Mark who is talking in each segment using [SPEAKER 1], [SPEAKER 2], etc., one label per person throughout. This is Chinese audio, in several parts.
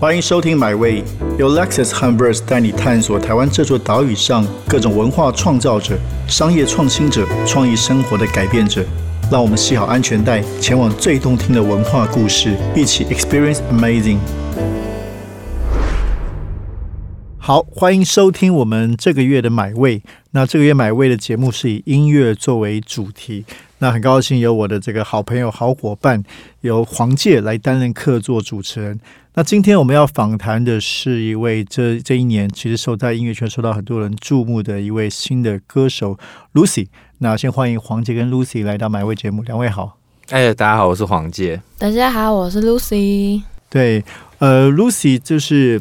[SPEAKER 1] 欢迎收听 My Way，由 Lexus 和 Verse 带你探索台湾这座岛屿上各种文化创造者、商业创新者、创意生活的改变者。让我们系好安全带，前往最动听的文化故事，一起 experience amazing。好，欢迎收听我们这个月的买位。那这个月买位的节目是以音乐作为主题。那很高兴有我的这个好朋友、好伙伴，由黄介来担任客座主持人。那今天我们要访谈的是一位这这一年其实受在音乐圈受到很多人注目的一位新的歌手 Lucy。那先欢迎黄杰跟 Lucy 来到买位节目，两位好。
[SPEAKER 2] 哎、大家好，我是黄介。
[SPEAKER 3] 大家好，我是 Lucy。
[SPEAKER 1] 对，呃，Lucy，就是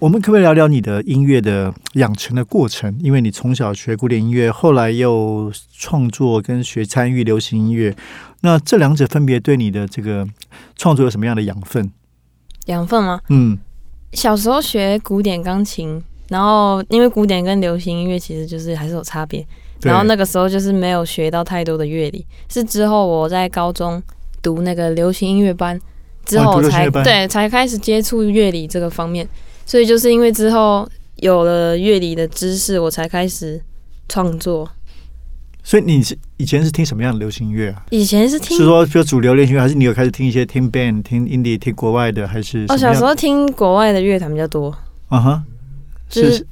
[SPEAKER 1] 我们可不可以聊聊你的音乐的养成的过程？因为你从小学古典音乐，后来又创作跟学参与流行音乐，那这两者分别对你的这个创作有什么样的养分？
[SPEAKER 3] 养分吗？
[SPEAKER 1] 嗯，
[SPEAKER 3] 小时候学古典钢琴，然后因为古典跟流行音乐其实就是还是有差别，
[SPEAKER 1] 对
[SPEAKER 3] 然后那个时候就是没有学到太多的乐理，是之后我在高中读那个流行音乐班之
[SPEAKER 1] 哦
[SPEAKER 3] 后
[SPEAKER 1] 读流行
[SPEAKER 3] 才、
[SPEAKER 1] 乐班
[SPEAKER 3] 对才开始接触乐理这个方面，所以就是因为之后有了乐理的知识，我才开始创作。
[SPEAKER 1] 所以你是以前是听什么样的流行音乐啊？
[SPEAKER 3] 以前是
[SPEAKER 1] 是
[SPEAKER 3] 听
[SPEAKER 1] 说比如主流流行乐，还是你有开始听一些听 band、听 indie、听国外的，还是什
[SPEAKER 3] 哦，
[SPEAKER 1] 么
[SPEAKER 3] 小
[SPEAKER 1] 样
[SPEAKER 3] 时候听国外的乐团比较多
[SPEAKER 1] 啊哈，
[SPEAKER 3] 就是
[SPEAKER 1] 是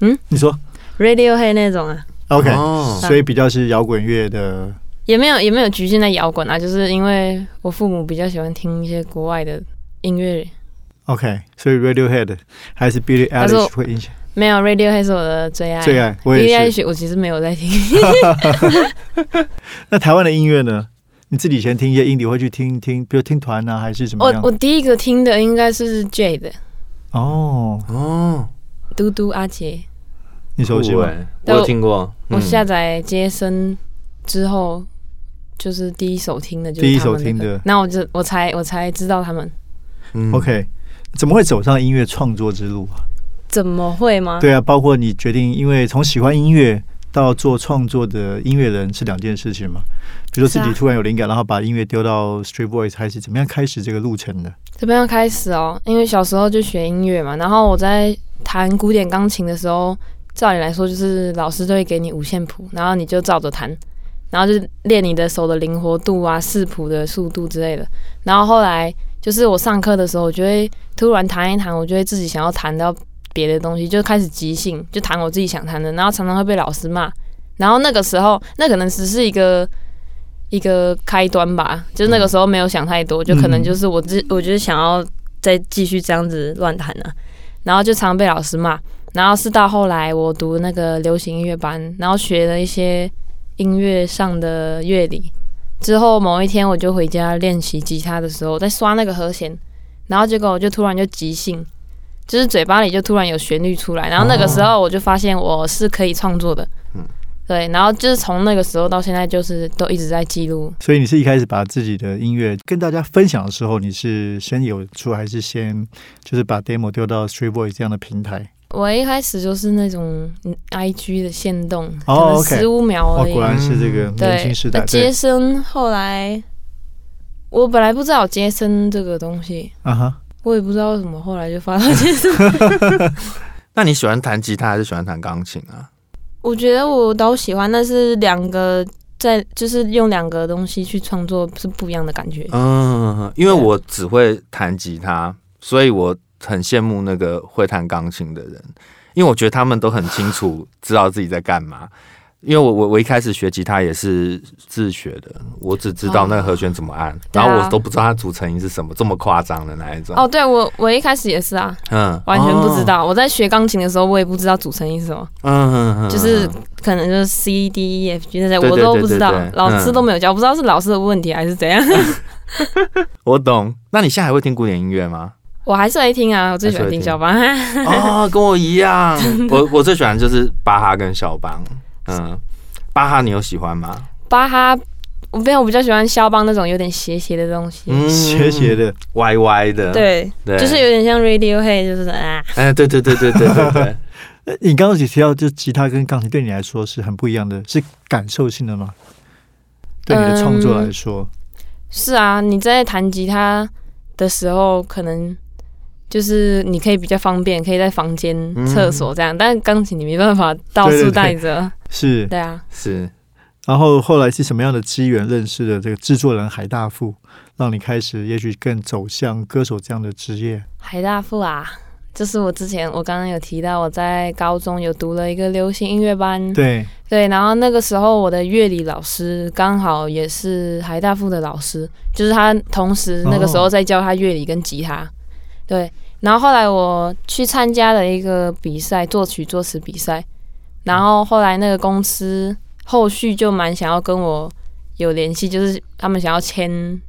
[SPEAKER 3] 嗯，
[SPEAKER 1] 你说
[SPEAKER 3] ，Radiohead 那种啊。
[SPEAKER 1] OK，、
[SPEAKER 2] 哦，
[SPEAKER 1] 所以比较是摇滚乐的
[SPEAKER 3] 也没有也没有局限在摇滚啊，就是因为我父母比较喜欢听一些国外的音乐，
[SPEAKER 1] OK，所以 Radiohead 还是 Billie
[SPEAKER 3] 但是我
[SPEAKER 1] Eilish 会影响
[SPEAKER 3] 没有 Radiohead 是我的最爱。
[SPEAKER 1] 最爱，我
[SPEAKER 3] b i l l i
[SPEAKER 1] 也
[SPEAKER 3] e
[SPEAKER 1] 是。
[SPEAKER 3] 我其实没有在听，
[SPEAKER 1] 那台湾的音乐呢？你自己以前听一些音你会去听听，比如听团啊，还是什么
[SPEAKER 3] 我
[SPEAKER 1] 样？
[SPEAKER 3] 我第一个听的应该是 J 的
[SPEAKER 1] 哦，
[SPEAKER 2] 哦，
[SPEAKER 3] 嘟嘟阿杰，
[SPEAKER 1] 你熟悉
[SPEAKER 2] 酷
[SPEAKER 1] 吗？
[SPEAKER 2] 欸我
[SPEAKER 3] 对
[SPEAKER 2] 有听过。
[SPEAKER 1] 嗯
[SPEAKER 2] 嗯
[SPEAKER 3] 我下
[SPEAKER 2] 次
[SPEAKER 3] 载接生之后就是第一首听的就是
[SPEAKER 1] 第一
[SPEAKER 3] 他们
[SPEAKER 1] 首听
[SPEAKER 3] 的歌
[SPEAKER 1] 的，
[SPEAKER 3] 那我就我才我才知道他们
[SPEAKER 2] 嗯
[SPEAKER 1] OK，怎么会走上音乐创作之路啊？
[SPEAKER 3] 怎么会吗？
[SPEAKER 1] 对啊，包括你决定，因为从喜欢音乐到做创作的音乐人是两件事情嘛。比如说自
[SPEAKER 3] 是
[SPEAKER 1] 己
[SPEAKER 3] 啊
[SPEAKER 1] 突然有灵感，然后把音乐丢到 Street Boys，还是怎么样开始这个路程的？
[SPEAKER 3] 这边要开始哦，因为小时候就学音乐嘛，然后我在弹古典钢琴的时候，照理来说就是老师都会给你五线谱，然后你就照着弹，然后就练你的手的灵活度啊、视谱的速度之类的。然后后来就是我上课的时候，我就会突然弹一弹，我就会自己想要弹到别的东西，就开始即兴，就弹我自己想弹的，然后常常会被老师骂。然后那个时候，那可能只是一个一个开端吧，就那个时候没有想太多，就可能就是我自我就是想要再继续这样子乱弹啊，然后就常被老师骂。然后是到后来我读那个流行音乐班，然后学了一些音乐上的乐理。之后某一天我就回家练习吉他的时候，在刷那个和弦，然后结果我就突然就即兴，就是嘴巴里就突然有旋律出来，然后那个时候我就发现我是可以创作的。
[SPEAKER 1] 嗯
[SPEAKER 3] 对，然后就是从那个时候到现在，就是都一直在记录。
[SPEAKER 1] 所以你是一开始把自己的音乐跟大家分享的时候，你是先有出，还是先就是把 demo 丢到 Street Boy 这样的平台？
[SPEAKER 3] 我一开始就是那种嗯 IG 的限动，可
[SPEAKER 1] 哦
[SPEAKER 3] 能
[SPEAKER 1] ，OK
[SPEAKER 3] 十五秒
[SPEAKER 1] 哦
[SPEAKER 3] 而，已。
[SPEAKER 1] 果然是这个年轻
[SPEAKER 3] 嗯对
[SPEAKER 1] 时，代。
[SPEAKER 3] 那
[SPEAKER 1] 对
[SPEAKER 3] 接生后来，我本来不知道有接生这个东西，
[SPEAKER 1] 啊哈，
[SPEAKER 3] 我也不知道为什么后来就发到接 生。
[SPEAKER 2] 那你喜欢弹吉他还是喜欢弹钢琴啊？
[SPEAKER 3] 我觉得我都喜欢，但是两个在就是用两个东西去创作是不一样的感觉。
[SPEAKER 2] 嗯，因为我只会弹吉他，所以我很羡慕那个会弹钢琴的人，因为我觉得他们都很清楚知道自己在干嘛。因为我我我一开始学吉他也是自学的，我只知道那个和弦怎么按，
[SPEAKER 3] 对
[SPEAKER 2] 然
[SPEAKER 3] 啊
[SPEAKER 2] 后我都不知道它组成音是什么，这么夸张的那一种。
[SPEAKER 3] 哦，对我我一开始也是啊，
[SPEAKER 2] 嗯，
[SPEAKER 3] 完全不知
[SPEAKER 2] 哦。
[SPEAKER 3] 道。我在学钢琴的时候，我也不知道组成音是什么。
[SPEAKER 2] 嗯嗯嗯，
[SPEAKER 3] 就是可能就是 C D E F G 那些，
[SPEAKER 2] 对
[SPEAKER 3] 我
[SPEAKER 2] 对
[SPEAKER 3] 都
[SPEAKER 2] 对
[SPEAKER 3] 不
[SPEAKER 2] 对
[SPEAKER 3] 知道
[SPEAKER 2] 对，
[SPEAKER 3] 老
[SPEAKER 2] 嗯
[SPEAKER 3] 师都没有教，我不知道是老师的问题还是怎样。
[SPEAKER 2] 我懂。那你现在还会听古典音乐 吗？
[SPEAKER 3] 我还是来听啊，我最喜欢听
[SPEAKER 2] 还是会
[SPEAKER 3] 肖邦。
[SPEAKER 2] 啊、跟我一 样。我我最喜欢就是巴哈跟肖邦。嗯，巴哈你有喜欢吗？
[SPEAKER 3] 巴哈，我没有，我比较喜欢肖邦那种有点斜斜的东西，
[SPEAKER 2] 嗯，
[SPEAKER 1] 斜斜的，
[SPEAKER 2] 歪歪的。
[SPEAKER 3] 对，
[SPEAKER 2] 对，
[SPEAKER 3] 就是有点像 Radiohead，就是啊，
[SPEAKER 2] 哎，对对对对对对 对。
[SPEAKER 1] 呃你刚刚也提到，就吉他跟钢琴对你来说是很不一样的，是感受性的吗？对你的创作来说，
[SPEAKER 3] 是啊，你在弹吉他的时候，可能就是你可以比较方便，可以在房间
[SPEAKER 2] 嗯、
[SPEAKER 3] 厕所这样，但钢琴你没办法到
[SPEAKER 1] 对对
[SPEAKER 3] 处
[SPEAKER 1] 对
[SPEAKER 3] 带着，
[SPEAKER 1] 是。
[SPEAKER 3] 对啊，
[SPEAKER 2] 是
[SPEAKER 1] 然后后来是什么样的机缘认识的这个制作人海大富，让你开始也许更走向歌手这样的职业？
[SPEAKER 3] 海大富啊，就是我之前我刚刚有提到，我在高中有读了一个流行音乐班，
[SPEAKER 1] 对，
[SPEAKER 3] 对，然后那个时候我的乐理老师刚好也是海大富的老师，就是他同时那个时候在教他乐理跟吉他，对，然后后来我去参加了一个比赛，作曲作词比赛，然后后来那个公司后续就蛮想要跟我有联系，就是他们想要签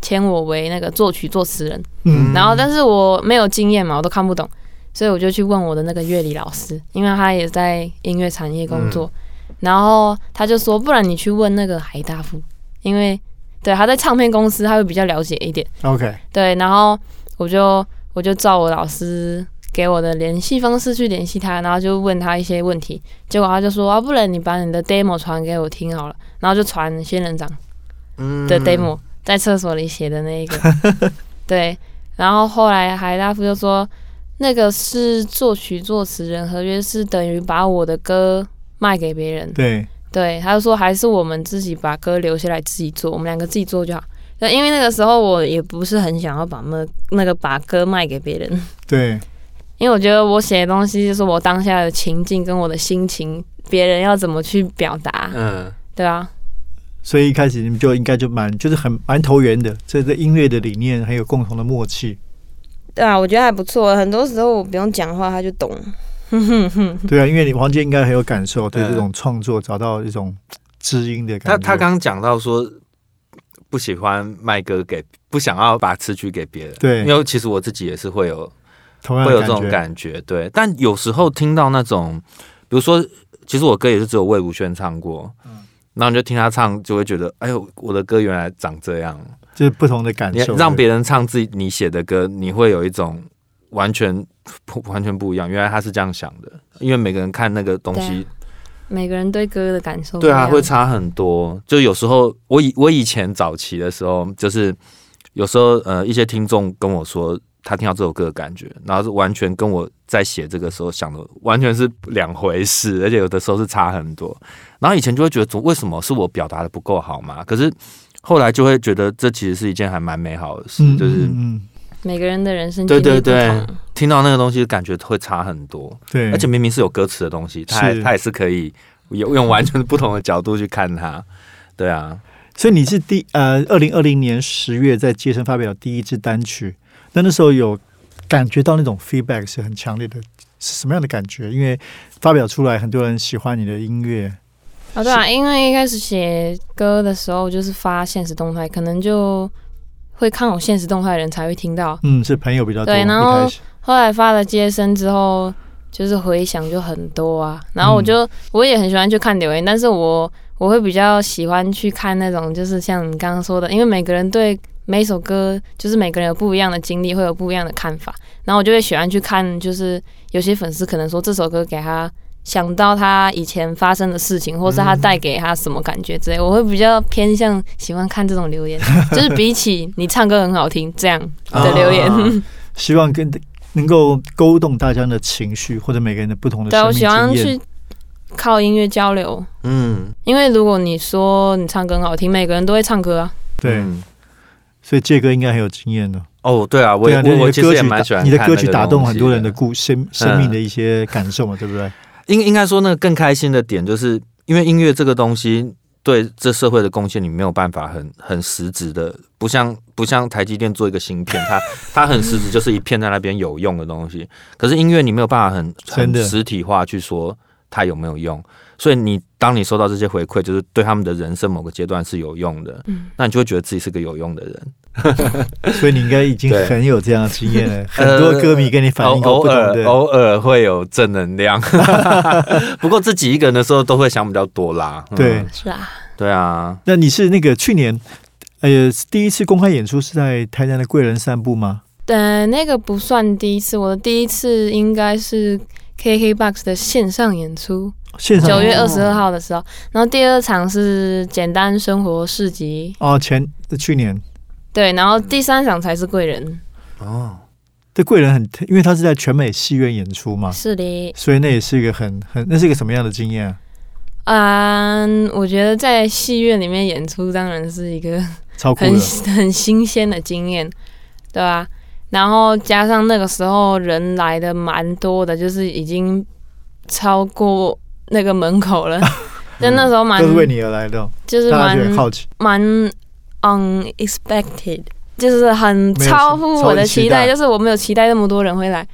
[SPEAKER 3] 签我为那个作曲作词人。
[SPEAKER 1] 嗯，
[SPEAKER 3] 然后但是我没有经验嘛，我都看不懂，所以我就去问我的那个乐理老师，因为他也在音乐产业工作，然后他就说，不然你去问那个海大夫，因为对他在唱片公司他会比较了解一点，
[SPEAKER 1] OK，
[SPEAKER 3] 对，然后我就我就照我老师。给我的联系方式去联系他，然后就问他一些问题，结果他就说啊，不然你把你的 demo 传给我听好了，然后就传仙人掌。
[SPEAKER 2] 嗯
[SPEAKER 3] 的 demo，、在厕所里写的那一个。对，然后后来海大夫就说，那个是作曲作词人合约，是等于把我的歌卖给别人。
[SPEAKER 1] 对，
[SPEAKER 3] 对，他就说还是我们自己把歌留下来自己做，我们两个自己做就好。对，因为那个时候我也不是很想要把那那个把歌卖给别人，
[SPEAKER 1] 对，
[SPEAKER 3] 因为我觉得我写的东西就是我当下的情境跟我的心情，别人要怎么去表达，
[SPEAKER 2] 嗯，
[SPEAKER 3] 对啊，
[SPEAKER 1] 所以一开始你们就应该就蛮就是很蛮投缘的，这这音乐的理念很有共同的默契。
[SPEAKER 3] 对啊，我觉得还不错。很多时候我不用讲话，他就懂。
[SPEAKER 1] 对啊，因为你黄杰应该很有感受，对
[SPEAKER 2] 嗯
[SPEAKER 1] 这种创作找到一种知音的感觉。
[SPEAKER 2] 他他刚刚讲到说不喜欢卖歌给，不想要把词曲给别人，
[SPEAKER 1] 对
[SPEAKER 2] 因为其实我自己也是会有
[SPEAKER 1] 同样
[SPEAKER 2] 会
[SPEAKER 1] 的
[SPEAKER 2] 有这种感觉，对。但有时候听到那种，比如说，其实我歌也是只有魏如萱唱过，然后你就听她唱，就会觉得，哎呦，我的歌原来长这样。
[SPEAKER 1] 就是不同的感
[SPEAKER 2] 你
[SPEAKER 1] 受。
[SPEAKER 2] 让
[SPEAKER 1] 对
[SPEAKER 2] 别人唱自己你写的歌，你会有一种完全不完全不一样。原来他是这样想的，因为每个人看那个东西，
[SPEAKER 3] 每个人对歌的感受不一
[SPEAKER 2] 对
[SPEAKER 3] 样
[SPEAKER 2] 啊，会差很多。就有时候，我以我以前早期的时候，就是有时候呃，一些听众跟我说。他听到这首歌的感觉，然后是完全跟我在写这个时候想的完全是两回事，而且有的时候是差很多。然后以前就会觉得，怎为什么是我表达的不够好嘛？可是后来就会觉得，这其实是一件还蛮美好的事，
[SPEAKER 1] 嗯，
[SPEAKER 2] 就是
[SPEAKER 1] 嗯嗯，
[SPEAKER 3] 每个人的人生经
[SPEAKER 2] 对
[SPEAKER 3] 历不
[SPEAKER 2] 对
[SPEAKER 3] 同。
[SPEAKER 2] 对，听到那个东西感觉会差很多，
[SPEAKER 1] 对，
[SPEAKER 2] 而且明明是有歌词的东西，它
[SPEAKER 1] 是
[SPEAKER 2] 也它也嗯是可以有用完全不同的角度去看它。对啊，
[SPEAKER 1] 所以你是第呃，二零二零年十月在街声发表第一支单曲，那那时候有感觉到那种 feedback 是很强烈的，是什么样的感觉？因为发表出来，很多人喜欢你的音乐，
[SPEAKER 3] 哦对啊，因为一开始写歌的时候就是发现实动态，可能就会看我现实动态的人才会听到。
[SPEAKER 1] 嗯，是朋友比较多。
[SPEAKER 3] 对然后
[SPEAKER 1] 一开始
[SPEAKER 3] 后来发了接生之后，就是回响就很多啊。然后我就、我也很喜欢去看留言，但是我我会比较喜欢去看那种，就是像你刚刚说的，因为每个人对每首歌，就是每个人有不一样的经历，会有不一样的看法。然后我就会喜欢去看，就是有些粉丝可能说这首歌给他。想到他以前发生的事情，或是他带给他什么感觉之类，我会比较偏向喜欢看这种留言，就是比起你唱歌很好听这样的留言。
[SPEAKER 2] 啊
[SPEAKER 1] 希望跟能够勾动大家的情绪，或者每个人的不同的
[SPEAKER 3] 对，啊
[SPEAKER 1] 生
[SPEAKER 3] 我
[SPEAKER 1] 命
[SPEAKER 3] 喜欢
[SPEAKER 1] 经验。
[SPEAKER 3] 去靠音乐交流，
[SPEAKER 2] 嗯，
[SPEAKER 3] 因为如果你说你唱歌很好听，每个人都会唱歌啊。
[SPEAKER 1] 对，
[SPEAKER 2] 嗯
[SPEAKER 1] 所以杰哥应该很有经验的。
[SPEAKER 2] 哦，对啊，我
[SPEAKER 1] 对
[SPEAKER 2] 也
[SPEAKER 1] 啊，
[SPEAKER 2] 我
[SPEAKER 1] 你
[SPEAKER 2] 我
[SPEAKER 1] 的
[SPEAKER 2] 其实
[SPEAKER 1] 歌
[SPEAKER 2] 也
[SPEAKER 1] 曲
[SPEAKER 2] 蛮
[SPEAKER 1] 打
[SPEAKER 2] 喜欢
[SPEAKER 1] 你的
[SPEAKER 2] 看
[SPEAKER 1] 歌
[SPEAKER 2] 那
[SPEAKER 1] 曲
[SPEAKER 2] 个
[SPEAKER 1] 打
[SPEAKER 2] 东
[SPEAKER 1] 动很
[SPEAKER 2] 西
[SPEAKER 1] 多
[SPEAKER 2] 的
[SPEAKER 1] 人的故生生命的一些感受嘛，对不对？
[SPEAKER 2] 应应该说，那个更开心的点，就是因为音乐这个东西对这社会的贡献，你没有办法很很实质的，不像不像台积电做一个芯片， 它它很实质，就是一片在那边有用的东西。可是音乐你没有办法很
[SPEAKER 1] 真
[SPEAKER 2] 很
[SPEAKER 1] 的
[SPEAKER 2] 实体化去说它有没有用，所以你当你收到这些回馈，就是对他们的人生某个阶段是有用的，
[SPEAKER 3] 嗯，
[SPEAKER 2] 那你就会觉得自己是个有用的人。
[SPEAKER 1] 所以你应该已经
[SPEAKER 2] 对呃
[SPEAKER 1] 很有这样的经 验了，很多歌迷跟你反映过
[SPEAKER 2] 偶
[SPEAKER 1] 不
[SPEAKER 2] 偶
[SPEAKER 1] 同
[SPEAKER 2] 尔
[SPEAKER 1] 的。
[SPEAKER 2] 偶尔会有正能 量，不过自己一个人的时候都会想比较多啦。嗯
[SPEAKER 1] 对，
[SPEAKER 3] 是啊，
[SPEAKER 2] 对啊，
[SPEAKER 1] 那你是那个去年，呃，第一次公开演出是在台南的贵人散步吗？
[SPEAKER 3] 但呃那个不算第一次，我的第一次应该是 KKBOX 的线上演出，
[SPEAKER 1] 现场
[SPEAKER 3] 九月
[SPEAKER 2] 哦
[SPEAKER 3] 二十二号的时候，然后第二场是简单生活市集，
[SPEAKER 1] 哦，前去年
[SPEAKER 3] 对，然后第三场才是贵人。
[SPEAKER 2] 哦，
[SPEAKER 1] 这贵人很，因为他是在全美戏院演出嘛，
[SPEAKER 3] 是的，
[SPEAKER 1] 所以那也是一个很很，那是一个什么样的经验啊？
[SPEAKER 3] 嗯，我觉得在戏院里面演出当然是一个
[SPEAKER 1] 超酷
[SPEAKER 3] 很
[SPEAKER 1] 的，
[SPEAKER 3] 很新 鲜的经验，对啊。然后加上那个时候人来的蛮多的，就是已经超过那个门 口了。但那时候蛮
[SPEAKER 1] 都是为你而来的哦，
[SPEAKER 3] 就是
[SPEAKER 1] 大家
[SPEAKER 3] 蛮
[SPEAKER 1] 就很好奇。
[SPEAKER 3] 蛮 unexpected，就是很
[SPEAKER 1] 没有
[SPEAKER 3] 超乎
[SPEAKER 1] 超
[SPEAKER 3] 我的
[SPEAKER 1] 于期
[SPEAKER 3] 期待，
[SPEAKER 1] 待
[SPEAKER 3] 就是我没有期待那么多人会来。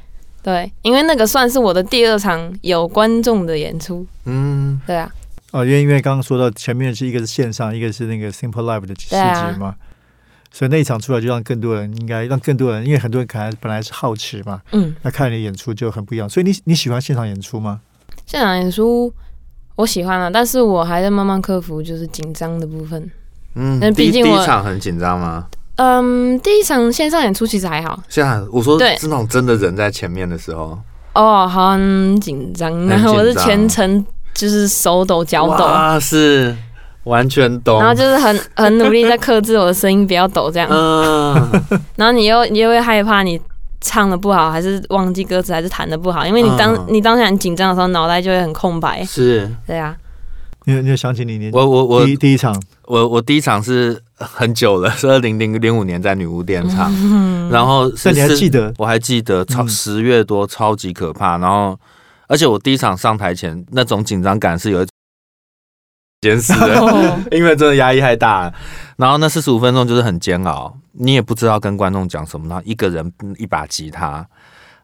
[SPEAKER 3] 对，因为那个算是我的第二场有观众的演出。
[SPEAKER 2] 嗯，
[SPEAKER 3] 对啊，
[SPEAKER 1] 哦，因为因为刚刚说到前面是一个是线上，一个是那个 Simple Live 的细
[SPEAKER 3] 对啊
[SPEAKER 1] 节嘛，所以那一场出来就让更多人应该让更多人，因为很多人可能本来是好奇嘛，
[SPEAKER 3] 嗯，
[SPEAKER 1] 那看你的演出就很不一样。所以你你喜欢现场演出吗？
[SPEAKER 3] 现场演出我喜欢了，啊但是我还在慢慢克服就是紧张的部分。
[SPEAKER 2] 嗯
[SPEAKER 3] 但，
[SPEAKER 2] 第
[SPEAKER 3] 毕
[SPEAKER 2] 第
[SPEAKER 3] 竟我
[SPEAKER 2] 一场很紧张吗？
[SPEAKER 3] 嗯，第一场线上演出其实还好，
[SPEAKER 2] 现在我说
[SPEAKER 3] 对
[SPEAKER 2] 是那种真的人在前面的时候，
[SPEAKER 3] 哦，很紧张，然后我是全程就是手抖脚抖，
[SPEAKER 2] 哇，是完全懂
[SPEAKER 3] 然。后就 是很很努力在克制我的声音不要抖这样，
[SPEAKER 2] 嗯，
[SPEAKER 3] 然后你又你又会害怕你唱的不好，还是忘记歌词，还是弹的不好，因为你当、
[SPEAKER 2] 嗯
[SPEAKER 3] 你当下很紧张的时候，脑袋就会很空白，
[SPEAKER 2] 是
[SPEAKER 3] 对啊，
[SPEAKER 1] 你有你有想起你年
[SPEAKER 2] 我我我
[SPEAKER 1] 第一第一场
[SPEAKER 2] 我我第一场是很久了，是二零零零五年在女巫店唱，
[SPEAKER 3] 嗯
[SPEAKER 2] 然后是
[SPEAKER 1] 那你还
[SPEAKER 2] 是
[SPEAKER 1] 记得
[SPEAKER 2] 我还记得超
[SPEAKER 1] 嗯
[SPEAKER 2] 十月多超级可怕，然后而且我第一场上台前那种紧张感是有一种减死的，
[SPEAKER 3] 哦，
[SPEAKER 2] 因为真的压力太大了。然后那四十五分钟就是很煎熬，你也不知道跟观众讲什么，然后一个人一把吉他。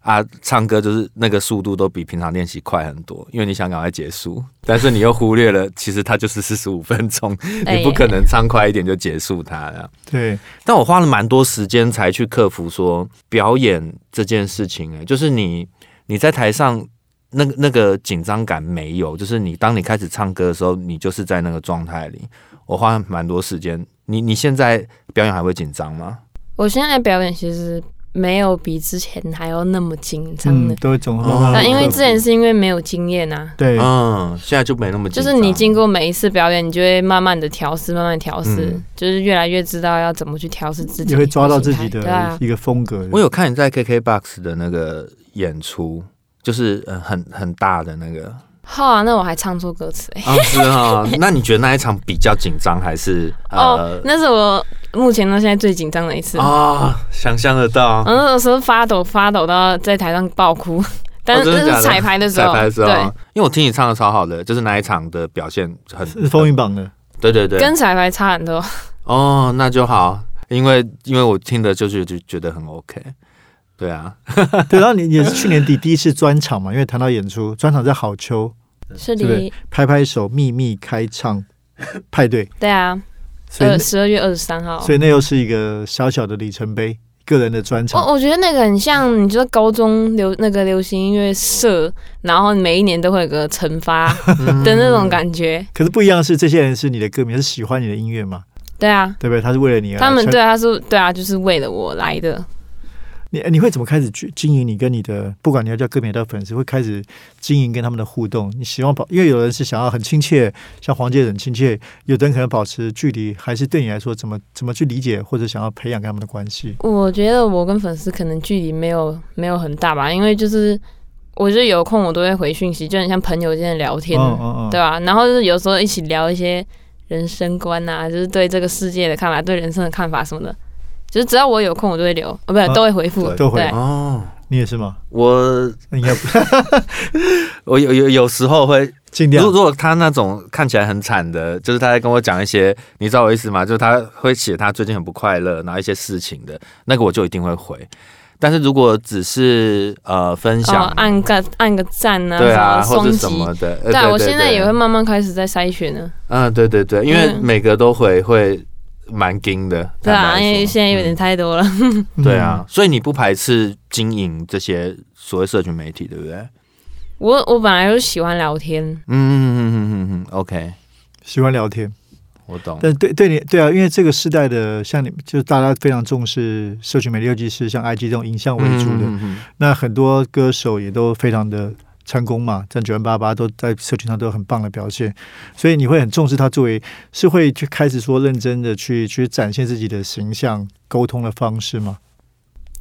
[SPEAKER 2] 啊，唱歌就是那个速度都比平常练习快很多，因为你想赶快结束，但是你又忽略了，其实它就是四十五分钟，
[SPEAKER 3] 哎
[SPEAKER 2] 你不可能唱快一点就结束它了。
[SPEAKER 1] 对
[SPEAKER 2] 但我花了蛮多时间才去克服说表演这件事情、哎，就是你你在台上那个那个紧张感没有，就是你当你开始唱歌的时候，你就是在那个状态里。我花了蛮多时间，你你现在表演还会紧张吗？
[SPEAKER 3] 我现在表演其实没有比之前还要那么紧张
[SPEAKER 1] 嗯
[SPEAKER 3] 的。
[SPEAKER 1] 都会总
[SPEAKER 2] 哦
[SPEAKER 1] 慢慢
[SPEAKER 3] 那
[SPEAKER 1] 地
[SPEAKER 3] 因为
[SPEAKER 1] 克
[SPEAKER 3] 之
[SPEAKER 1] 服
[SPEAKER 3] 前是因为没有经验啊，
[SPEAKER 1] 对
[SPEAKER 2] 嗯，现在就没那么紧
[SPEAKER 3] 就
[SPEAKER 2] 张。
[SPEAKER 3] 是你经过每一次表演，你就会慢慢的调试，慢慢地调试，
[SPEAKER 2] 嗯
[SPEAKER 3] 就是越来越知道要怎么去调试自己，
[SPEAKER 1] 也会抓到自己
[SPEAKER 3] 对啊
[SPEAKER 1] 的，一个风格。
[SPEAKER 2] 我有看你在 KKBOX 的那个演出，就是呃很很大的那个
[SPEAKER 3] 好啊，那我还唱错歌词哎、
[SPEAKER 2] 啊是啊。 那你觉得那一场比较紧张，还是
[SPEAKER 3] 哦
[SPEAKER 2] 呃，
[SPEAKER 3] 那是我目前到现在最紧张的一次，
[SPEAKER 2] 啊，想象得到
[SPEAKER 3] 我，那时候发抖发抖到在台上爆哭， 但是
[SPEAKER 2] 哦真的
[SPEAKER 3] 那
[SPEAKER 2] 假
[SPEAKER 3] 是
[SPEAKER 2] 的
[SPEAKER 3] 彩排的时
[SPEAKER 2] 彩
[SPEAKER 3] 候，啊
[SPEAKER 2] 排的时候啊
[SPEAKER 3] 对，，
[SPEAKER 2] 哦因为我听你唱的超好的，就是那一场的表现很
[SPEAKER 1] 是风云榜的，
[SPEAKER 2] 对对对，
[SPEAKER 3] 跟彩排差很多。
[SPEAKER 2] 哦，那就好，因为因为我听的就是就觉得很 OK，对啊，
[SPEAKER 1] 对，然后你也是去年底第一次专场嘛，因为谈到演出，专场在好秋，
[SPEAKER 3] 是
[SPEAKER 1] 对不对
[SPEAKER 3] 的，
[SPEAKER 1] 拍拍手，秘密开唱派对，
[SPEAKER 3] 对啊，
[SPEAKER 1] 所以
[SPEAKER 3] 呃，十二月二十三号。
[SPEAKER 1] 所以那又是一个小小的里程碑，个人的专场。
[SPEAKER 3] 我我觉得那个很像，你知道高中流那个流行音乐社，然后每一年都会有个惩罚
[SPEAKER 2] 嗯
[SPEAKER 3] 的那种感觉。
[SPEAKER 1] 可是不一样的是，这些人是你的歌迷，是喜欢你的音乐嘛，
[SPEAKER 3] 对啊，
[SPEAKER 1] 对不对？他是为了你而来
[SPEAKER 3] 他们
[SPEAKER 1] 成
[SPEAKER 3] 对啊是，对啊，就是为了我来的。
[SPEAKER 1] 你你会怎么开始去经营你跟你的，不管你要叫歌迷还叫粉丝，会开始经营跟他们的互动？你希望保，因为有人是想要很亲切，像黄杰很亲切；有的人可能保持距离，还是对你来说怎么怎么去理解或者想要培养跟他们的关系？
[SPEAKER 3] 我觉得我跟粉丝可能距离没有没有很大吧，因为就是我就有空我都会回讯息，就很像朋友间聊天，
[SPEAKER 1] 嗯嗯嗯，
[SPEAKER 3] 对吧、然后就是有时候一起聊一些人生观呐、就是对这个世界的看法、对人生的看法什么的。就是只要我有空，我都会留，哦，不是、
[SPEAKER 1] 嗯
[SPEAKER 3] 都会回复，
[SPEAKER 1] 都会
[SPEAKER 3] 对
[SPEAKER 2] 哦，
[SPEAKER 1] 你也是吗？
[SPEAKER 2] 我
[SPEAKER 1] 那应该不
[SPEAKER 2] 我有有有时候会，
[SPEAKER 1] 尽量
[SPEAKER 2] 如如果他那种看起来很惨的，就是他在跟我讲一些，你知道我意思吗？就是他会写他最近很不快乐，然后一些事情的那个，我就一定会回。但是如果只是呃分享，
[SPEAKER 3] 哦，按个按个赞呐、
[SPEAKER 2] 对啊，
[SPEAKER 3] 什么
[SPEAKER 2] 或者
[SPEAKER 3] 松
[SPEAKER 2] 什
[SPEAKER 3] 吉
[SPEAKER 2] 么，的，呃
[SPEAKER 3] 对啊我现在也，会
[SPEAKER 2] 对
[SPEAKER 3] 慢慢开始在筛选呢，
[SPEAKER 2] 嗯，对对对，因为
[SPEAKER 3] 嗯
[SPEAKER 2] 每个都回会蛮惊的，
[SPEAKER 3] 对
[SPEAKER 2] 坦
[SPEAKER 3] 啊，
[SPEAKER 2] 白
[SPEAKER 3] 因为
[SPEAKER 2] 说
[SPEAKER 3] 现在有点太多了，
[SPEAKER 1] 嗯
[SPEAKER 2] 对啊，，所以你不排斥经营这些所谓社群媒体，对不对？
[SPEAKER 3] 我我本来就喜欢聊天，
[SPEAKER 2] 嗯嗯嗯嗯嗯嗯，OK，
[SPEAKER 1] 喜欢聊天。
[SPEAKER 2] 我懂。
[SPEAKER 1] 但对对你对啊，因为这个时代的像你，就是大家非常重视社群媒体，尤其是像 IG 这种影像为主的，
[SPEAKER 2] 嗯嗯嗯嗯
[SPEAKER 1] 那很多歌手也都非常的成功嘛，在九万八八都在社群上都有很棒的表现，所以你会很重视他作为是会去开始说认真的去去展现自己的形象沟通的方式吗？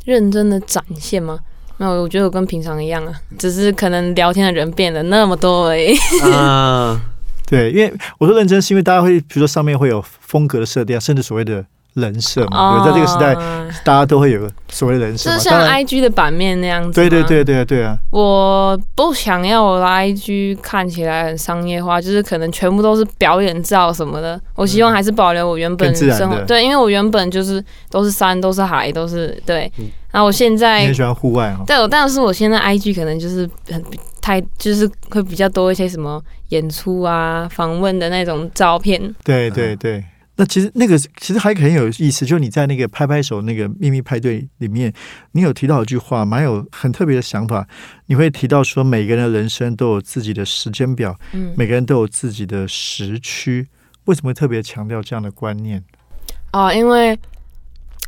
[SPEAKER 3] 认真的展现吗？没有，我觉得我跟平常一样啊，只是可能聊天的人变了那么多而已。
[SPEAKER 2] 嗯，
[SPEAKER 1] 对，因为我说认真是因为大家会，比如说上面会有风格的设定啊，甚至所谓的人设嘛，嗯对，在这个时代，
[SPEAKER 3] 代，
[SPEAKER 1] 大家都会有所谓的人设
[SPEAKER 3] 哦就
[SPEAKER 1] 嘛
[SPEAKER 3] 是，
[SPEAKER 1] 当
[SPEAKER 3] 像
[SPEAKER 1] 然，
[SPEAKER 3] IG 的版面那样子。
[SPEAKER 1] 对对，对对对啊，
[SPEAKER 3] 我不想要我的 IG 看起来很商业化，就是可能全部都是表演照什么的。我希望还是保留我原本
[SPEAKER 1] 更自然的
[SPEAKER 3] 生活，对，因为我原本就是都是山，都是海，都是对
[SPEAKER 2] 嗯。
[SPEAKER 3] 然后我现
[SPEAKER 1] 你
[SPEAKER 3] 在
[SPEAKER 1] 很喜欢户外哈，
[SPEAKER 3] 对，我但是我现在 IG 可能就是很太就是会比较多一些什么演出啊、访问的那种照片。
[SPEAKER 1] 对对对。嗯那其实那个其实还很有意思，就你在那个拍拍手那个秘密派对里面，你有提到一句话，蛮有很特别的想法。你会提到说，每个人的人生都有自己的时间表，
[SPEAKER 3] 嗯，
[SPEAKER 1] 每个人都有自己的时区。为什么会特别强调这样的观念？
[SPEAKER 3] 哦，因为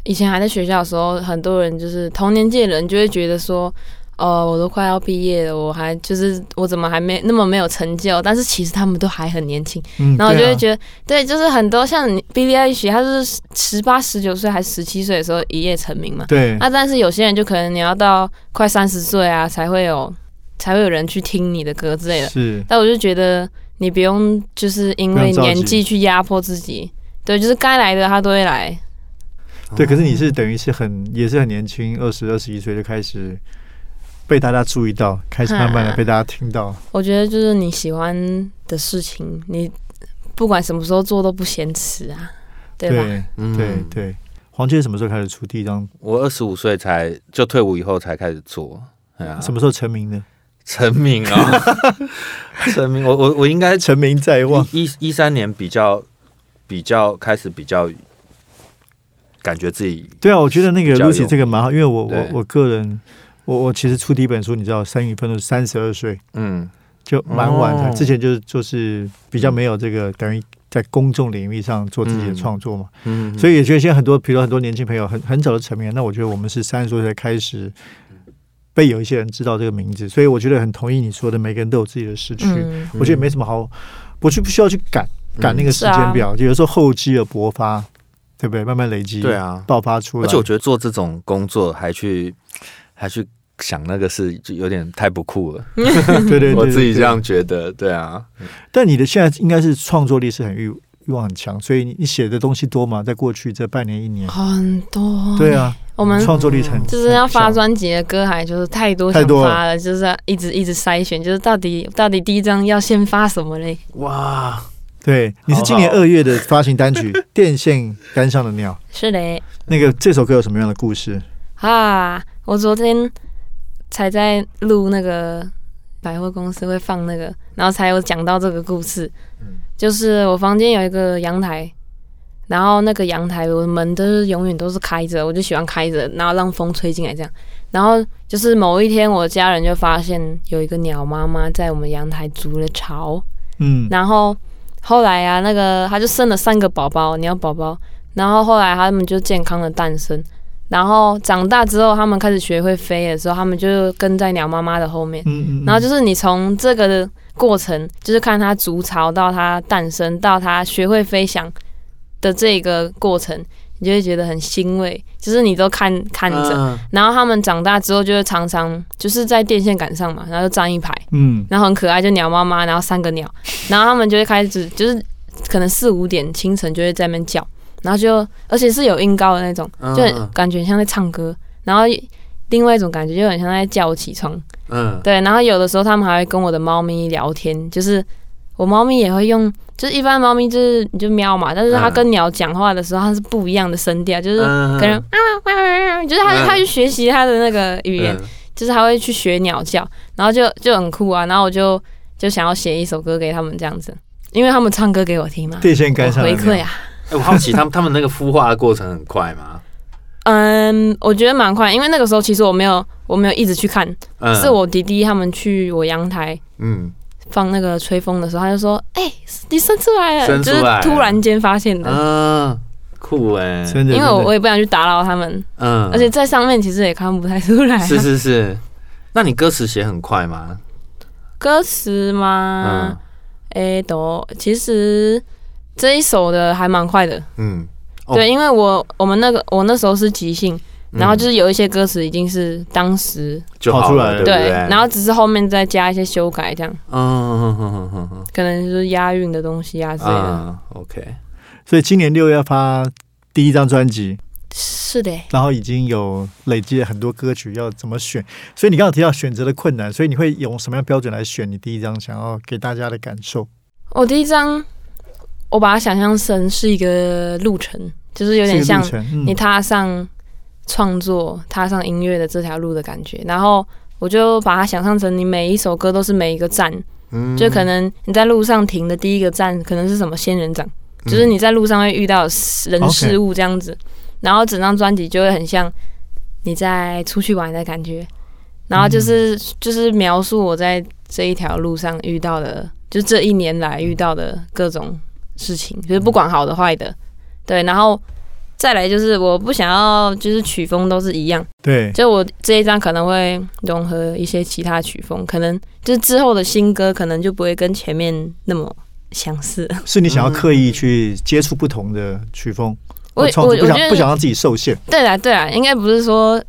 [SPEAKER 3] 以前还在学校的时候，很多人就是同年纪的人就会觉得说，呃，我都快要毕业了，我还就是我怎么还没那么没有成就？但是其实他们都还很年轻，
[SPEAKER 1] 嗯，
[SPEAKER 3] 然后我就
[SPEAKER 1] 对啊
[SPEAKER 3] 会觉得，对，就是很多像你 Billie Eilish，她就是十八、十九岁还是十七岁的时候一夜成名嘛。
[SPEAKER 1] 对，
[SPEAKER 3] 啊，但是有些人就可能你要到快三十岁啊，才会有才会有人去听你的歌之类的。
[SPEAKER 1] 是
[SPEAKER 3] 但我就觉得你不用就是因为
[SPEAKER 1] 不用着急
[SPEAKER 3] 年纪去压迫自己，对，就是该来的他都会来。
[SPEAKER 1] 对。可是
[SPEAKER 3] 哦
[SPEAKER 1] 你是等于是很也是很年轻，二十二十一岁就开始被大家注意到，开
[SPEAKER 3] 嗯
[SPEAKER 1] 始慢慢的被大家听到。
[SPEAKER 3] 我觉得就是你喜欢的事情，你不管什么时候做都不嫌迟啊，对吧？
[SPEAKER 1] 对
[SPEAKER 2] 嗯
[SPEAKER 1] 对对，黄雀什么时候开始出第一张？
[SPEAKER 2] 我二十五岁才就退伍以后才开始做，哎呀、
[SPEAKER 1] 什么时候成名的？
[SPEAKER 2] 成名啊、成名，我我我应该
[SPEAKER 1] 成名在望。
[SPEAKER 2] 一一三年比较比较开始比较感觉自己
[SPEAKER 1] 对啊，我觉得那个
[SPEAKER 2] 教育
[SPEAKER 1] Lucy 这个蛮好，因为我我
[SPEAKER 2] 对
[SPEAKER 1] 我个人，我我其实出第一本书，你知道，三月份的三十二岁，
[SPEAKER 2] 嗯
[SPEAKER 1] 就蛮晚的。
[SPEAKER 2] 哦
[SPEAKER 1] 之前就是就是比较没有这个等于在公众领域上做自己的
[SPEAKER 2] 嗯
[SPEAKER 1] 创作嘛，
[SPEAKER 2] 嗯，
[SPEAKER 1] 所以
[SPEAKER 2] 以
[SPEAKER 1] 也觉得现在很多，比如很多年轻朋友很很早就成名了，那我觉得我们是三十多岁才开始被有一些人知道这个名字，所以我觉得很同意你说的，每个人都有自己的时区，
[SPEAKER 3] 嗯，
[SPEAKER 1] 我觉得没什么好，我就不需要去赶赶那个
[SPEAKER 3] 啊
[SPEAKER 1] 时间表，就有时候厚积而薄发，对不对？慢慢累积，
[SPEAKER 2] 对，啊，
[SPEAKER 1] 爆发出来。
[SPEAKER 2] 而且我觉得做这种工作还去还去想那个事，就有点太不酷了。
[SPEAKER 1] 对对对，
[SPEAKER 2] 我自
[SPEAKER 1] 对
[SPEAKER 2] 己这。样觉得，对啊，
[SPEAKER 1] 但你的现在应该是创作力是很欲欲望很强，所以你你写的东西多嘛？在过去这半年一年，
[SPEAKER 3] 很多。
[SPEAKER 1] 对，啊，
[SPEAKER 3] 哦我们嗯
[SPEAKER 1] 创作力很
[SPEAKER 3] 就是要发
[SPEAKER 1] 很强
[SPEAKER 3] 专辑的歌，还就是太多
[SPEAKER 1] 太
[SPEAKER 3] 想
[SPEAKER 1] 多了
[SPEAKER 3] 发了，就是要一直一直筛选，就是到底到底第一张要先发什么嘞？
[SPEAKER 2] 哇，
[SPEAKER 1] 对，你是今年
[SPEAKER 2] 好好
[SPEAKER 1] 二月的发行单曲 《电线杆上的鸟》，
[SPEAKER 3] 是嘞，
[SPEAKER 1] 那个这首歌有什么样的故事？
[SPEAKER 3] 啊，我昨天才在录那个百货公司会放那个，然后才有讲到这个故事，就是我房间有一个阳台。然后那个阳台，我的门都是永远都是开着，我就喜欢开着，然后让风吹进来这样。然后就是某一天，我家人就发现有一个鸟妈妈在我们阳台筑了巢，
[SPEAKER 1] 嗯，
[SPEAKER 3] 然后后来啊，那个他就生了三个宝宝，鸟宝宝。然后后来他们就健康的诞生。然后长大之后，他们开始学会飞的时候，他们就跟在鸟妈妈的后面。
[SPEAKER 1] 嗯嗯，
[SPEAKER 3] 然后就是你从这个的过程，就是看它筑巢到它诞生到它学会飞翔的这个过程，你就会觉得很欣慰，就是你都看看
[SPEAKER 1] 啊
[SPEAKER 3] 着。
[SPEAKER 2] 嗯
[SPEAKER 3] 然后他们长大之后，就会常常就是在电线杆上嘛，然后就站一排。
[SPEAKER 1] 嗯
[SPEAKER 3] 然后很可爱，就鸟妈妈，然后三个鸟， 然后他们就会开始，就是可能四五点清晨就会在那边叫，然后就而且是有音高的那种，
[SPEAKER 2] 嗯
[SPEAKER 3] 就很感觉像在唱歌，然后另外一种感觉就很像在叫我起床，
[SPEAKER 2] 嗯，
[SPEAKER 3] 对，然后有的时候他们还会跟我的猫咪聊天，就是我猫咪也会用，就是一般猫咪就是你就喵嘛，但是它
[SPEAKER 2] 嗯
[SPEAKER 3] 跟鸟讲话的时候，它是不一样的声调，就是
[SPEAKER 2] 嗯
[SPEAKER 3] 可能啊啊啊啊，就是它
[SPEAKER 2] 嗯
[SPEAKER 3] 它去学习它的那个语言，
[SPEAKER 2] 嗯
[SPEAKER 3] 就是他会去学鸟叫，然后就就很酷啊，然后我就就想要写一首歌给他们这样子，因为他们唱歌给我听嘛，
[SPEAKER 1] 电线杆
[SPEAKER 3] 我
[SPEAKER 1] 上的
[SPEAKER 3] 回
[SPEAKER 1] 鸟
[SPEAKER 3] 馈啊，
[SPEAKER 2] 哎我好奇他们他们那个孵化的过程很快吗？
[SPEAKER 3] 嗯，我觉得蛮快，因为那个时候其实我没有我没有一直去看，
[SPEAKER 2] 嗯，
[SPEAKER 3] 是我弟弟他们去我阳台
[SPEAKER 2] 嗯，
[SPEAKER 3] 放那个吹风的时候，他就说，哎、你生出来了，
[SPEAKER 2] 生出
[SPEAKER 3] 就是
[SPEAKER 2] 来了
[SPEAKER 3] 突然间发现的。
[SPEAKER 2] 啊，酷哎，
[SPEAKER 1] 真的，
[SPEAKER 3] 啊因为我
[SPEAKER 1] 真的
[SPEAKER 3] 我也不想去打扰他们，
[SPEAKER 2] 嗯，
[SPEAKER 3] 而且在上面其实也看不太出来啊、
[SPEAKER 2] 是是是，那你歌词写很快吗？
[SPEAKER 3] 歌词
[SPEAKER 2] 嗯？
[SPEAKER 3] 吗哎、都其实这一首的还蛮快的，
[SPEAKER 2] 嗯，哦嗯
[SPEAKER 3] 对，因为我我们那个我那时候是即兴，嗯然后就是有一些歌词已经是当时
[SPEAKER 2] 就好
[SPEAKER 1] 跑出来
[SPEAKER 2] 了，
[SPEAKER 1] 了
[SPEAKER 2] 不对？
[SPEAKER 3] 然后只是后面再加一些修改，这样
[SPEAKER 2] 嗯嗯嗯嗯嗯
[SPEAKER 3] 可能就是押韵的东西啊之类的。
[SPEAKER 2] 嗯，OK，
[SPEAKER 1] 所以今年六月发第一张专辑，
[SPEAKER 3] 是的，
[SPEAKER 1] 然后已经有累积了很多歌曲要怎么选，所以你刚刚提到选择的困难，所以你会用什么样标准来选你第一张想要给大家的感受？
[SPEAKER 3] 我第一张我把它想象成是一个路程，就是有
[SPEAKER 1] 这
[SPEAKER 3] 点
[SPEAKER 1] 个
[SPEAKER 3] 像
[SPEAKER 1] 路程，嗯
[SPEAKER 3] 你踏上创作、踏上音乐的这条路的感觉。然后我就把它想象成你每一首歌都是每一个站，
[SPEAKER 2] 嗯
[SPEAKER 3] 就可能你在路上停的第一个站可能是什么仙人掌，
[SPEAKER 2] 嗯
[SPEAKER 3] 就是你在路上会遇到人事物这样子，然后整张专辑就会很像你在出去玩的感觉，然后
[SPEAKER 2] 嗯
[SPEAKER 3] 就是、就是描述我在这一条路上遇到的，就这一年来遇到的各种事情，就是不管好的坏的，对，然后再来就是我不想要就是曲风都是一样。
[SPEAKER 1] 对，
[SPEAKER 3] 就我这一张可能会融合一些其他曲风，可能就是之后的新歌可能就不会跟前面那么相似。
[SPEAKER 1] 是你想要刻意去接触不同的曲风，
[SPEAKER 3] 我
[SPEAKER 1] 或创
[SPEAKER 3] 我
[SPEAKER 1] 作不
[SPEAKER 3] 我觉
[SPEAKER 1] 想
[SPEAKER 3] 得
[SPEAKER 1] 不想让自己受限。
[SPEAKER 3] 对啦对啦，应该不是说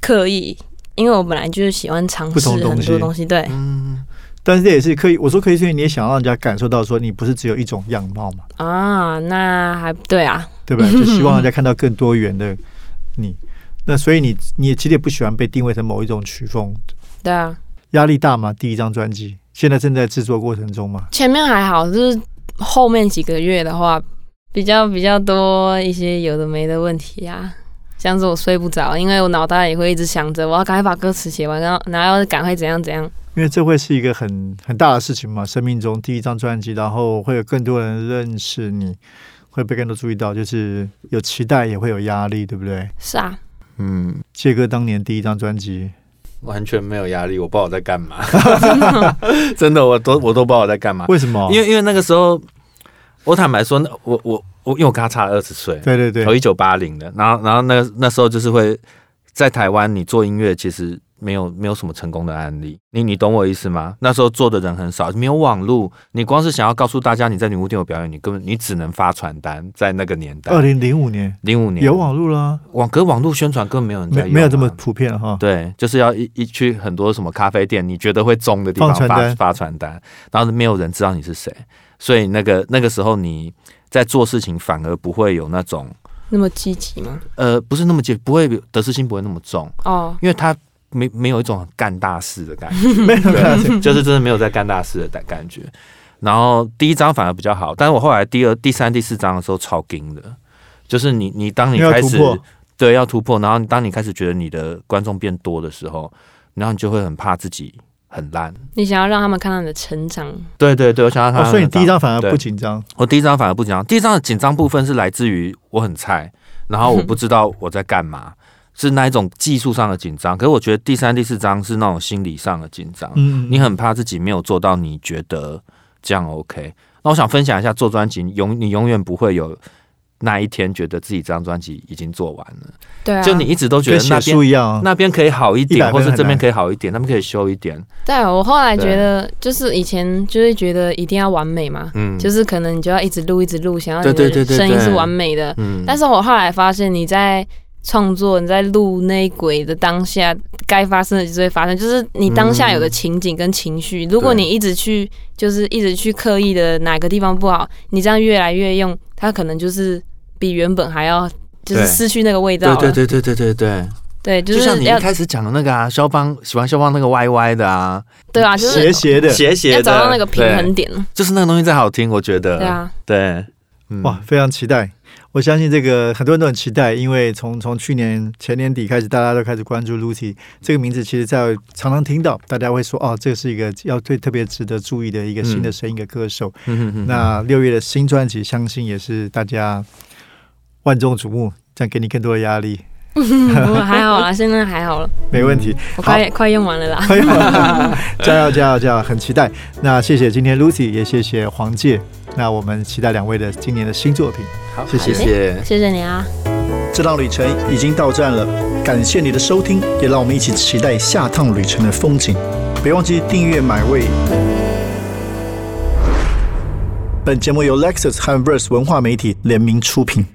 [SPEAKER 3] 刻意，因为我本来就是喜欢尝
[SPEAKER 1] 不
[SPEAKER 3] 试
[SPEAKER 1] 同
[SPEAKER 3] 很
[SPEAKER 1] 东西
[SPEAKER 3] 多东西。对，
[SPEAKER 2] 嗯
[SPEAKER 1] 但是这也是刻意，我说刻意，所以你也想让人家感受到说你不是只有一种样貌嘛，
[SPEAKER 3] 啊，那还对啊，
[SPEAKER 1] 对不 对？就希望人家看到更多元的你。那所以你你也其实也不喜欢被定位成某一种曲风，
[SPEAKER 3] 对啊，
[SPEAKER 1] 压力大吗？第一张专辑现在正在制作过程中吗？
[SPEAKER 3] 前面还好，就是后面几个月的话，比较比较多一些有的没的问题啊。像是我睡不着，因为我脑袋也会一直想着我要赶快把歌词写完，然后然后要赶快怎样怎样。
[SPEAKER 1] 因为这会是一个很很大的事情嘛，生命中第一张专辑，然后会有更多人认识你，会被更多注意到，就是有期待也会有压力，对不对？
[SPEAKER 3] 是啊，
[SPEAKER 2] 嗯，
[SPEAKER 1] 杰哥当年第一张专辑，
[SPEAKER 2] 完全没有压力，我不知道我在 干嘛，真的，我都我都不知道我在干嘛，
[SPEAKER 1] 为什么？
[SPEAKER 2] 因
[SPEAKER 1] 为
[SPEAKER 2] 为因为那个时候，我坦白说，那我我我，因为我跟他差二十岁，
[SPEAKER 1] 对对
[SPEAKER 2] 我
[SPEAKER 1] 对，
[SPEAKER 2] 一九八零的，然后然后那那时候就是会在台湾，你做音乐其实没有没有什么成功的案例，你你懂我意思吗？那时候做的人很少，没有网络，你光是想要告诉大家你在女巫店有表演，你根本你只能发传单，在那个年代
[SPEAKER 1] 二，零零五年
[SPEAKER 2] 零五年
[SPEAKER 1] 哦有网络啦，
[SPEAKER 2] 网，可是网络宣传根本没有人在
[SPEAKER 1] 没
[SPEAKER 2] 用啊、
[SPEAKER 1] 没有这么普遍了哈。
[SPEAKER 2] 对，就是要一一去很多什么咖啡店，你觉得会中的地
[SPEAKER 1] 放
[SPEAKER 2] 方
[SPEAKER 1] 传
[SPEAKER 2] 发
[SPEAKER 1] 单
[SPEAKER 2] 发传单，然后没有人知道你是谁，所以那个那个时候你在做事情反而不会有那种
[SPEAKER 3] 那么积极吗？
[SPEAKER 2] 呃不是那么解，不会得失心不会那么重，
[SPEAKER 3] 哦，
[SPEAKER 2] 因为他没没有一种干大事的感觉，
[SPEAKER 1] 没有没有，
[SPEAKER 2] 对，就是真的没有在干大事的感感觉。然后第一张反而比较好，但是我后来第二、第三、第四张的时候超惊的，就是你你当 你
[SPEAKER 1] 因为要
[SPEAKER 2] 开
[SPEAKER 1] 突
[SPEAKER 2] 始
[SPEAKER 1] 破
[SPEAKER 2] 对要突破，然后当你开始觉得你的观众变多的时候，然后你就会很怕自己很烂。
[SPEAKER 3] 你想要让他们看到你的成长，
[SPEAKER 2] 对对对，我想要他、
[SPEAKER 1] 哦，所以你第一张反而
[SPEAKER 2] 嗯对
[SPEAKER 1] 不紧张，
[SPEAKER 2] 我第一张反而不紧张，第一张的紧张部分是来自于我很菜，然后我不知道我在干嘛， 是那一种技术上的紧张。可是我觉得第三、第四张是那种心理上的紧张，
[SPEAKER 1] 嗯，
[SPEAKER 2] 你很怕自己没有做到，你觉得这样 OK。那我想分享一下做专辑，永你永远不会有那一天觉得自己这张专辑已经做完了，
[SPEAKER 3] 对啊，
[SPEAKER 2] 就你一直都觉
[SPEAKER 1] 跟
[SPEAKER 2] 得那
[SPEAKER 1] 写
[SPEAKER 2] 边
[SPEAKER 1] 书一样啊，
[SPEAKER 2] 那边可以好一
[SPEAKER 1] 100
[SPEAKER 2] 点，或
[SPEAKER 1] 分
[SPEAKER 2] 是
[SPEAKER 1] 很
[SPEAKER 2] 这边
[SPEAKER 1] 难
[SPEAKER 2] 可以好一点，那边可以修一点，
[SPEAKER 3] 对啊我后来觉得，就是以前就会觉得一定要完美嘛，
[SPEAKER 2] 嗯，
[SPEAKER 3] 就是可能你就要一直录，一直录，想要
[SPEAKER 2] 对
[SPEAKER 3] 你
[SPEAKER 2] 对对
[SPEAKER 3] 的
[SPEAKER 2] 对
[SPEAKER 3] 声音
[SPEAKER 2] 对
[SPEAKER 3] 是完美的。
[SPEAKER 2] 嗯
[SPEAKER 3] 但是我后来发现，你在创作、你在录那一轨的当下，该发生的就是会发生，就是你当下有的情景跟情绪。如果
[SPEAKER 2] 对
[SPEAKER 3] 你一直去，就是一直去刻意的哪个地方不好，你这样越来越用，它可能就是比原本还要。就是
[SPEAKER 2] 对
[SPEAKER 3] 失去那个味道
[SPEAKER 2] 对
[SPEAKER 3] 了，
[SPEAKER 2] 对对对对对对，
[SPEAKER 3] 对，就
[SPEAKER 2] 就像
[SPEAKER 3] 是
[SPEAKER 2] 你
[SPEAKER 3] 要
[SPEAKER 2] 一开始讲的那个啊，肖邦喜欢肖邦那个歪歪的啊，
[SPEAKER 3] 对啊，就是
[SPEAKER 1] 斜斜的，
[SPEAKER 2] 斜斜
[SPEAKER 3] 要
[SPEAKER 2] 的，
[SPEAKER 3] 找到那个平衡
[SPEAKER 2] 对，
[SPEAKER 3] 点。
[SPEAKER 2] 就是那个东西才好听，我觉得，
[SPEAKER 3] 对， 啊，
[SPEAKER 2] 对，嗯
[SPEAKER 1] 哇，，非常期待。我相信这个很多人都很期待，因为从从去年前年底开始，大家都开始关注 Lucy 这个名字。其实，在常常听到大家会说，哦，这是一个要对特别值得注意的一个新的声音的歌手。
[SPEAKER 2] 嗯哼哼
[SPEAKER 1] 那六月的新专辑，相信也是大家万众瞩目，这样给你更多的压力，
[SPEAKER 3] 嗯不过还好啦，现在还好了，
[SPEAKER 1] 没问
[SPEAKER 2] 嗯
[SPEAKER 1] 题。
[SPEAKER 3] 我快快用完了啦。
[SPEAKER 1] 哎呦加油加油加油！很期待。那谢谢今天 Lucy，也谢谢黄玠。那我们期待两位的今年的新作品。
[SPEAKER 2] 好，
[SPEAKER 1] 谢谢
[SPEAKER 2] 谢谢。
[SPEAKER 3] 谢谢你啊。
[SPEAKER 1] 这趟旅程已经到站了，感谢你的收听，也让我们一起期待下趟旅程的风景。别忘记订阅买位。本节目由 Lexus 和 Verse 文化媒体联名出品。